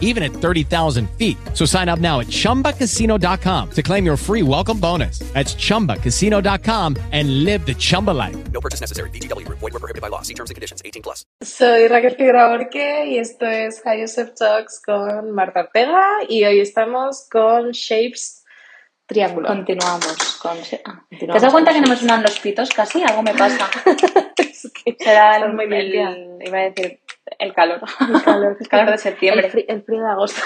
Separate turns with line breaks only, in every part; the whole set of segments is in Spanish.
even at 30,000 feet. So sign up now at chumbacasino.com to claim your free welcome bonus. That's chumbacasino.com and live the Chumba life.
No purchase necessary. BGW. Void were prohibited by law. See terms and conditions. 18 plus.
Soy Raquel Figueroa Orque y esto es High Joseph Talks con Marta Ortega y hoy estamos con Shapes Triángulo.
Continuamos con. ah, ¿Te
Continuamos
has dado cuenta
con-
que no me suenan los pitos casi? Algo me pasa.
Es que
Será
estás
el,
muy
el-
limpia.
iba a decir el calor.
El calor,
El calor de
El,
septiembre.
frí- el frío de agosto.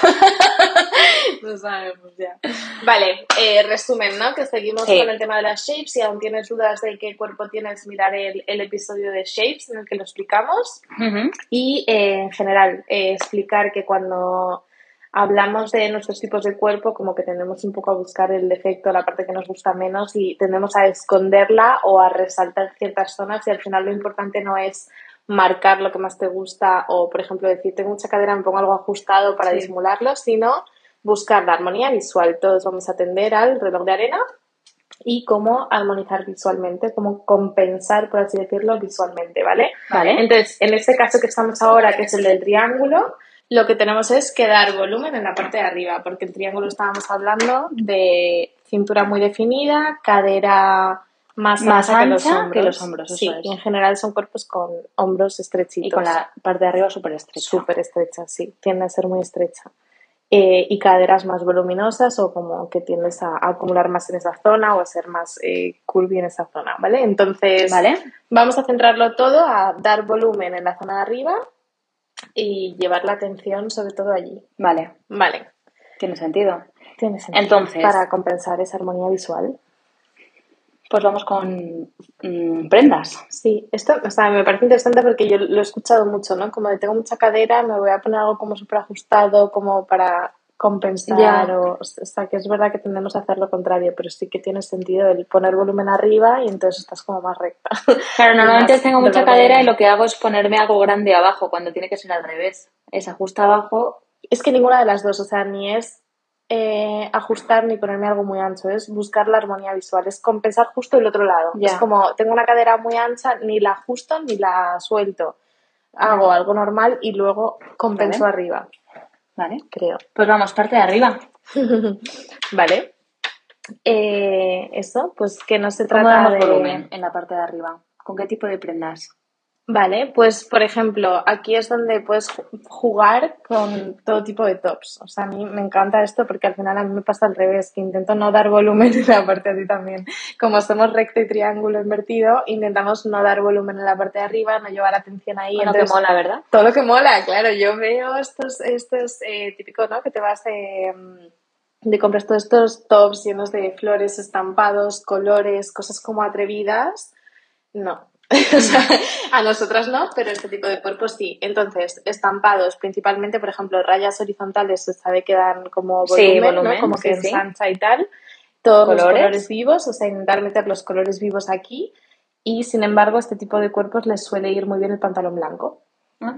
no sabemos ya. Vale, eh, resumen, ¿no? Que seguimos
Sí.
con el tema de las shapes. Si aún tienes dudas de qué cuerpo tienes, mirar el, el episodio de shapes en el que lo explicamos.
Ujú.
Y eh, en general, eh, explicar que cuando hablamos de nuestros tipos de cuerpo, como que tendemos un poco a buscar el defecto, la parte que nos gusta menos y tendemos a esconderla o a resaltar ciertas zonas y al final lo importante no es marcar lo que más te gusta o, por ejemplo, decir tengo mucha cadera, me pongo algo ajustado para
Sí.
disimularlo, sino buscar la armonía visual. Todos vamos a tender al reloj de arena y cómo armonizar visualmente, cómo compensar, por así decirlo, visualmente, ¿vale?
Vale.
Entonces, en este caso que estamos ahora, que es el del triángulo, lo que tenemos es que dar volumen en la parte de arriba, porque el triángulo estábamos hablando de cintura muy definida, cadera más,
Más
ancha que los
ancha
hombros.
que los hombros, eso
sí,
es.
y en general son cuerpos con hombros estrechitos.
Y con la parte de arriba súper estrecha.
Súper estrecha, sí, tiende a ser muy estrecha. Eh, y caderas más voluminosas o como que tiendes a, a acumular más en esa zona o a ser más eh, curvy en esa zona, ¿vale? Entonces,
Vale.
vamos a centrarlo todo a dar volumen en la zona de arriba y llevar la atención sobre todo allí.
Vale.
Vale,
Tiene sentido.
tiene sentido.
Entonces-
Para compensar esa armonía visual.
Pues vamos con mm, prendas.
Sí, esto o sea, me parece interesante porque yo lo he escuchado mucho, ¿no? Como de tengo mucha cadera, me voy a poner algo como súper ajustado, como para compensar.
Ya.
O, o sea, que es verdad que tendemos a hacer lo contrario, pero sí que tiene sentido el poner volumen arriba y entonces estás como más recta.
Claro, normalmente
Más
tengo mucha
dolor de-
cadera y lo que hago es ponerme algo grande abajo cuando tiene que ser al revés. Es ajusta abajo.
Es que ninguna de las dos, o sea, ni es eh, ajustar ni ponerme algo muy ancho, es buscar la armonía visual, es compensar justo el otro lado.
Ya.
Es como, tengo una cadera muy ancha, ni la ajusto ni la suelto. Hago algo normal y luego compenso
Vale.
arriba,
Vale.
creo.
Pues vamos, parte de arriba.
vale. Eh, eso, pues que no se
¿Cómo
trata
damos
de...
volumen en la parte de arriba? ¿Con qué tipo de prendas?
Vale, pues por ejemplo, aquí es donde puedes ju- jugar con todo tipo de tops. O sea, a mí me encanta esto porque al final a mí me pasa al revés, que intento no dar volumen en la parte de ti también. Como somos recto y triángulo invertido, intentamos no dar volumen en la parte de arriba, no llevar atención ahí.
Con lo que
entonces-
mola, ¿verdad?
todo lo que mola, claro. Yo veo estos, estos eh, típicos, ¿no? Que te vas eh, de compras todos estos tops llenos de flores, estampados, colores, cosas como atrevidas. No. O sea, a nosotras no, pero este tipo de cuerpos sí. Entonces, estampados, principalmente, por ejemplo, rayas horizontales, se sabe que dan como
Sí,
volumen, ¿no?
volumen,
como que
sí, sí.
ensancha y tal. Todos los
Colores.
colores vivos, o sea, intentar meter los colores vivos aquí. Y sin embargo, a este tipo de cuerpos les suele ir muy bien el pantalón blanco.
Ah,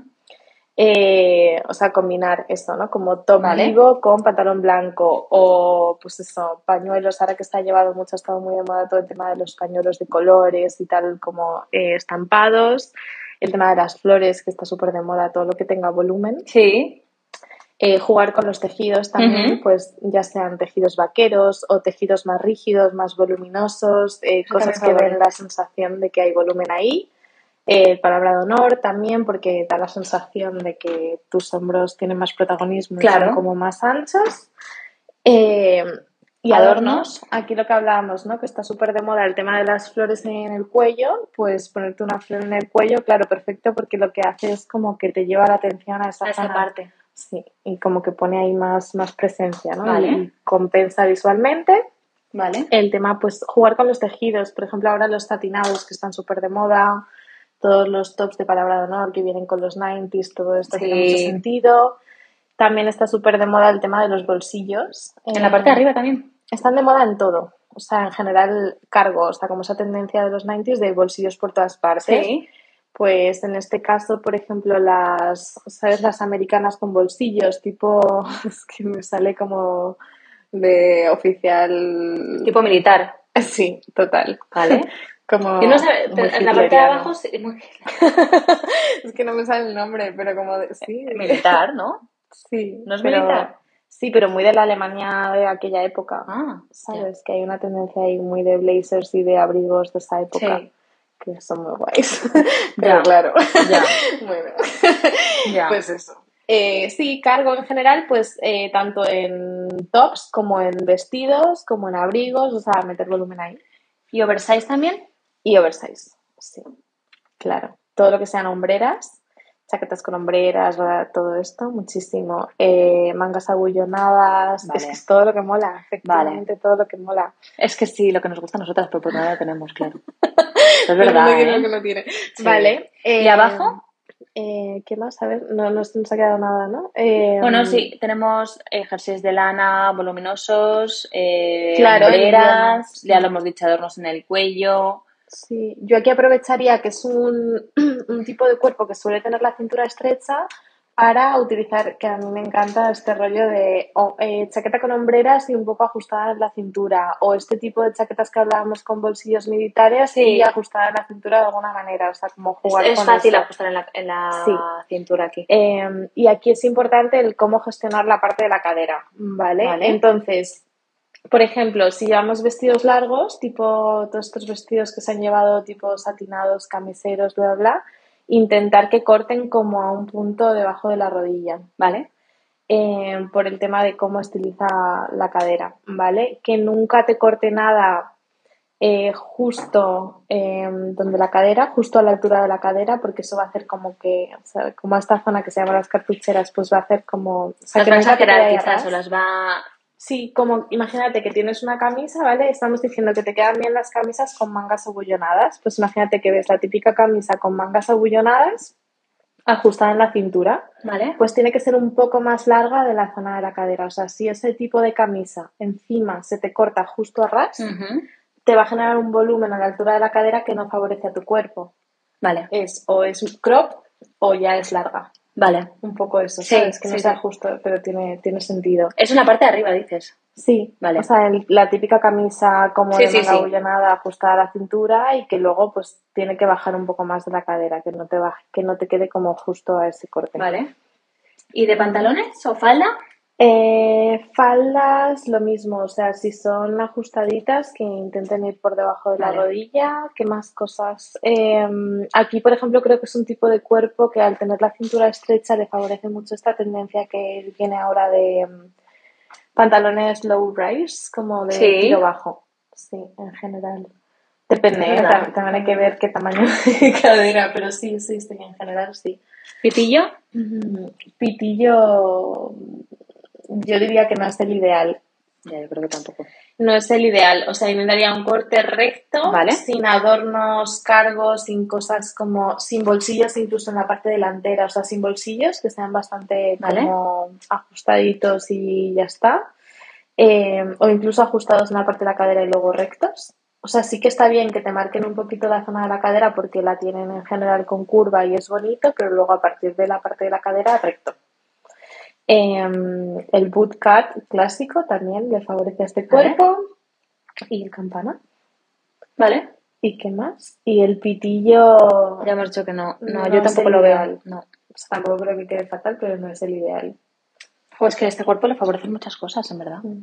Eh, o sea, combinar esto, ¿no? Como top
Vale.
vivo con pantalón blanco o, pues eso, pañuelos. Ahora que está llevado mucho, ha estado muy de moda todo el tema de los pañuelos de colores y tal, como eh, estampados. El tema de las flores, que está súper de moda, todo lo que tenga volumen.
Sí.
Eh, jugar con los tejidos también,
Ujú.
pues ya sean tejidos vaqueros o tejidos más rígidos, más voluminosos, eh,
Eso
cosas que
también está
den
bueno.
la sensación de que hay volumen ahí. Eh, palabra de honor también, porque da la sensación de que tus hombros tienen más protagonismo y
Claro.
son como más anchos. Eh, y adornos, aquí lo que hablábamos, ¿no? Que está súper de moda el tema de las flores en el cuello, pues ponerte una flor en el cuello, claro, perfecto, porque lo que hace es como que te lleva la atención a esa,
A esa
zona
parte.
Sí, y como que pone ahí más, más presencia, ¿no?
Vale.
Y compensa visualmente.
Vale.
El tema, pues, jugar con los tejidos. Por ejemplo, ahora los satinados que están súper de moda, todos los tops de palabra de honor que vienen con los 90s, todo esto
Sí.
tiene mucho sentido. También está súper de moda el tema de los bolsillos.
En la parte de
Eh,
arriba también.
Están de moda en todo. O sea, en general, cargo. O sea, como esa tendencia de los 90s de bolsillos por todas partes Pues en este caso, por ejemplo, las, ¿sabes? Las americanas con bolsillos, tipo, es que me sale como de oficial.
Tipo militar,
Sí, total.
¿vale?
Como
Yo no sé,
muy
pero en la parte de
hitleriano.
abajo sí, muy-
Es que no me sale el nombre, pero como de- sí,
militar, ¿no?
sí.
Eh, ¿No es
pero-
militar?
Sí, pero muy de la Alemania de aquella época.
Ah,
¿Sabes? Que hay una tendencia ahí muy de blazers y de abrigos de esa época
Sí.
que son muy guays. Pero
Ya.
claro.
Ya,
Bueno,
ya.
pues eso. Eh, sí, cargo en general, pues eh, tanto en tops como en vestidos, como en abrigos, o sea, meter volumen ahí.
¿Y oversize también?
Y oversize, sí, claro. Todo lo que sean hombreras, chaquetas con hombreras, ¿verdad? todo esto, muchísimo. Eh, mangas abullonadas,
Vale.
es que es todo lo que mola, efectivamente, todo lo que mola.
Es que sí, lo que nos gusta a nosotras, pero por nada lo tenemos, claro. es
Todo el mundo
verdad,
tiene
¿eh?
lo que no tiene. Vale.
¿Y
eh,
abajo?
eh, ¿Qué más? A ver, no, no se nos ha quedado nada, ¿no? Eh,
Bueno, sí, tenemos eh, jerseys de lana voluminosos, eh,
Claro,
hombreras,
livianos.
ya lo hemos dicho, adornos en el cuello.
Sí, yo aquí aprovecharía que es un, un tipo de cuerpo que suele tener la cintura estrecha para utilizar, que a mí me encanta este rollo de o, eh, chaqueta con hombreras y un poco ajustada en la cintura, o este tipo de chaquetas que hablábamos con bolsillos militares
Sí.
y ajustada en la cintura de alguna manera, o sea, como
Es,
jugar
es
con
fácil
eso.
ajustar en la, en la
Sí.
cintura aquí.
Eh, y aquí es importante el cómo gestionar la parte de la cadera, ¿vale?
Vale.
Entonces, por ejemplo, si llevamos vestidos largos, tipo todos estos vestidos que se han llevado, tipo satinados, camiseros, bla, bla, bla, intentar que corten como a un punto debajo de la rodilla, ¿vale? Eh, por el tema de cómo estiliza la cadera, ¿vale? Que nunca te corte nada eh, justo eh, donde la cadera, justo a la altura de la cadera, porque eso va a hacer como que, o sea, como a esta zona que se llama las cartucheras, pues va a hacer como... o sea,
Las
que
va a
nunca te
exagerar
quede ahí atrás.
quizás, o las va...
Sí, como imagínate que tienes una camisa, ¿vale? Estamos diciendo que te quedan bien las camisas con mangas abullonadas. Pues imagínate que ves la típica camisa con mangas abullonadas ajustada en la cintura.
¿Vale?
Pues tiene que ser un poco más larga de la zona de la cadera. O sea, si ese tipo de camisa encima se te corta justo a ras,
Ujú.
te va a generar un volumen a la altura de la cadera que no favorece a tu cuerpo.
Vale,
Es o es un crop o ya es larga.
vale.
Un poco eso,
Sí,
¿sabes? Que no
sí,
sea
sí.
justo, pero tiene, tiene sentido.
Es una parte de arriba, dices.
Sí,
Vale.
o sea, el- la típica camisa como
Sí,
de
sí,
manga
sí.
abollonada ajustada a la cintura y que luego pues tiene que bajar un poco más de la cadera, que no te baje, que no te quede como justo a ese corte.
Vale. ¿Y de pantalones o falda?
Eh, faldas, lo mismo, o sea, si son ajustaditas, que intenten ir por debajo de la
Vale.
rodilla, ¿qué más cosas? Eh, aquí, por ejemplo, creo que es un tipo de cuerpo que al tener la cintura estrecha le favorece mucho esta tendencia que viene ahora de mm, pantalones low rise, como de
Sí.
tiro bajo. Sí, en general. Depende,
Es
¿eh?
verdad.
Tam- también hay que ver qué tamaño de cadera, pero sí, sí, sí, en general sí.
¿Pitillo?
Mm, Pitillo, yo diría que no es el ideal.
Ya, yo creo que tampoco.
No es el ideal, o sea, intentaría un corte recto,
Vale.
sin adornos, cargos, sin cosas como, sin bolsillos incluso en la parte delantera, o sea, sin bolsillos, que sean bastante
Vale.
como ajustaditos y ya está. Eh, o incluso ajustados en la parte de la cadera y luego rectos. O sea, sí que está bien que te marquen un poquito la zona de la cadera porque la tienen en general con curva y es bonito, pero luego a partir de la parte de la cadera recto. Em, el bootcut clásico también le favorece a este
Vale.
cuerpo. Y el campana.
Vale.
¿Y qué más? Y el pitillo.
Ya hemos dicho que no. No,
No
yo
es
tampoco
el
lo veo.
ideal.
No.
O sea, tampoco creo que quede fatal, pero no es el ideal.
Pues que a este cuerpo le favorecen muchas cosas, en verdad.
Mm.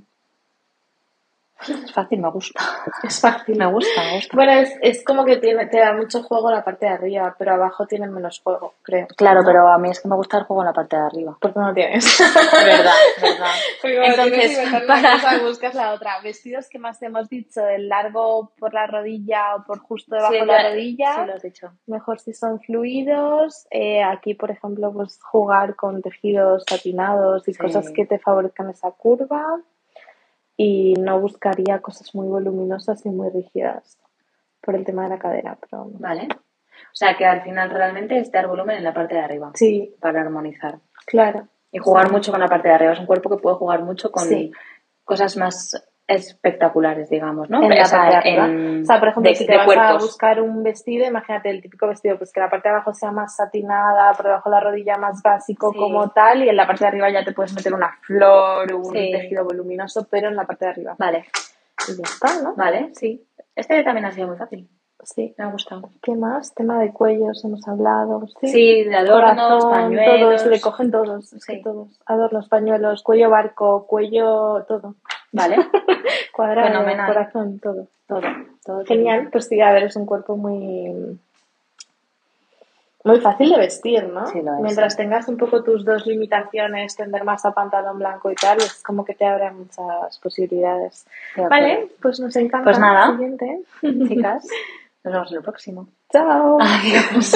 Es fácil, me gusta.
Es fácil.
Me gusta, me gusta.
Bueno, es, es como que tiene, te da mucho juego la parte de arriba, pero abajo tiene menos juego, creo.
Claro, pero a mí es que me gusta el juego en la parte de arriba.
Porque no tienes.
Verdad, verdad.
Entonces,
Entonces,
para...
para...
buscas la otra. Vestidos que más hemos dicho, el largo por la rodilla o por justo debajo
Sí,
de la
ya-
rodilla.
Sí, lo has dicho.
mejor si son fluidos. eh, aquí, por ejemplo, pues jugar con tejidos satinados y
Sí.
cosas que te favorezcan esa curva. Y no buscaría cosas muy voluminosas y muy rígidas por el tema de la cadera. Pero no.
Vale. O sea, que al final realmente es dar volumen en la parte de arriba.
Sí,
Para armonizar.
claro.
Y jugar mucho con la parte de arriba. Es un cuerpo que puede jugar mucho con
Sí.
cosas más espectaculares, digamos, ¿no?
en la
O sea,
parte de arriba.
en-
o sea, por ejemplo,
de-
si
de
te vas a
cuerpos.
buscar un vestido, imagínate el típico vestido, pues que la parte de abajo sea más satinada, por debajo de la rodilla más básico
Sí.
como tal, y en la parte de arriba ya te puedes meter una flor, un
Sí.
tejido voluminoso, pero en la parte de arriba.
Vale,
Y ya está, ¿no?
vale, sí. Este también ha sido muy fácil.
Sí.
Me ha gustado.
¿Qué más? Tema de cuellos, hemos hablado. Sí,
Sí, de adornos,
Corazón,
pañuelos.
todos, le cogen todos, es que
Sí.
todos. Adornos, pañuelos, cuello barco, cuello, todo.
Vale,
Cuadrado,
Fenomenal.
corazón, todo.
todo, todo.
Genial, pues sí, a ver, es un cuerpo muy muy fácil de vestir, ¿no?
Sí, lo es.
Mientras tengas un poco tus dos limitaciones, tender más a pantalón blanco y tal, es como que te abre muchas posibilidades.
De acuerdo.
Vale, pues nos encanta.
Pues nada.
Siguiente.
Chicas, nos vemos en el próximo.
Chao.
Adiós.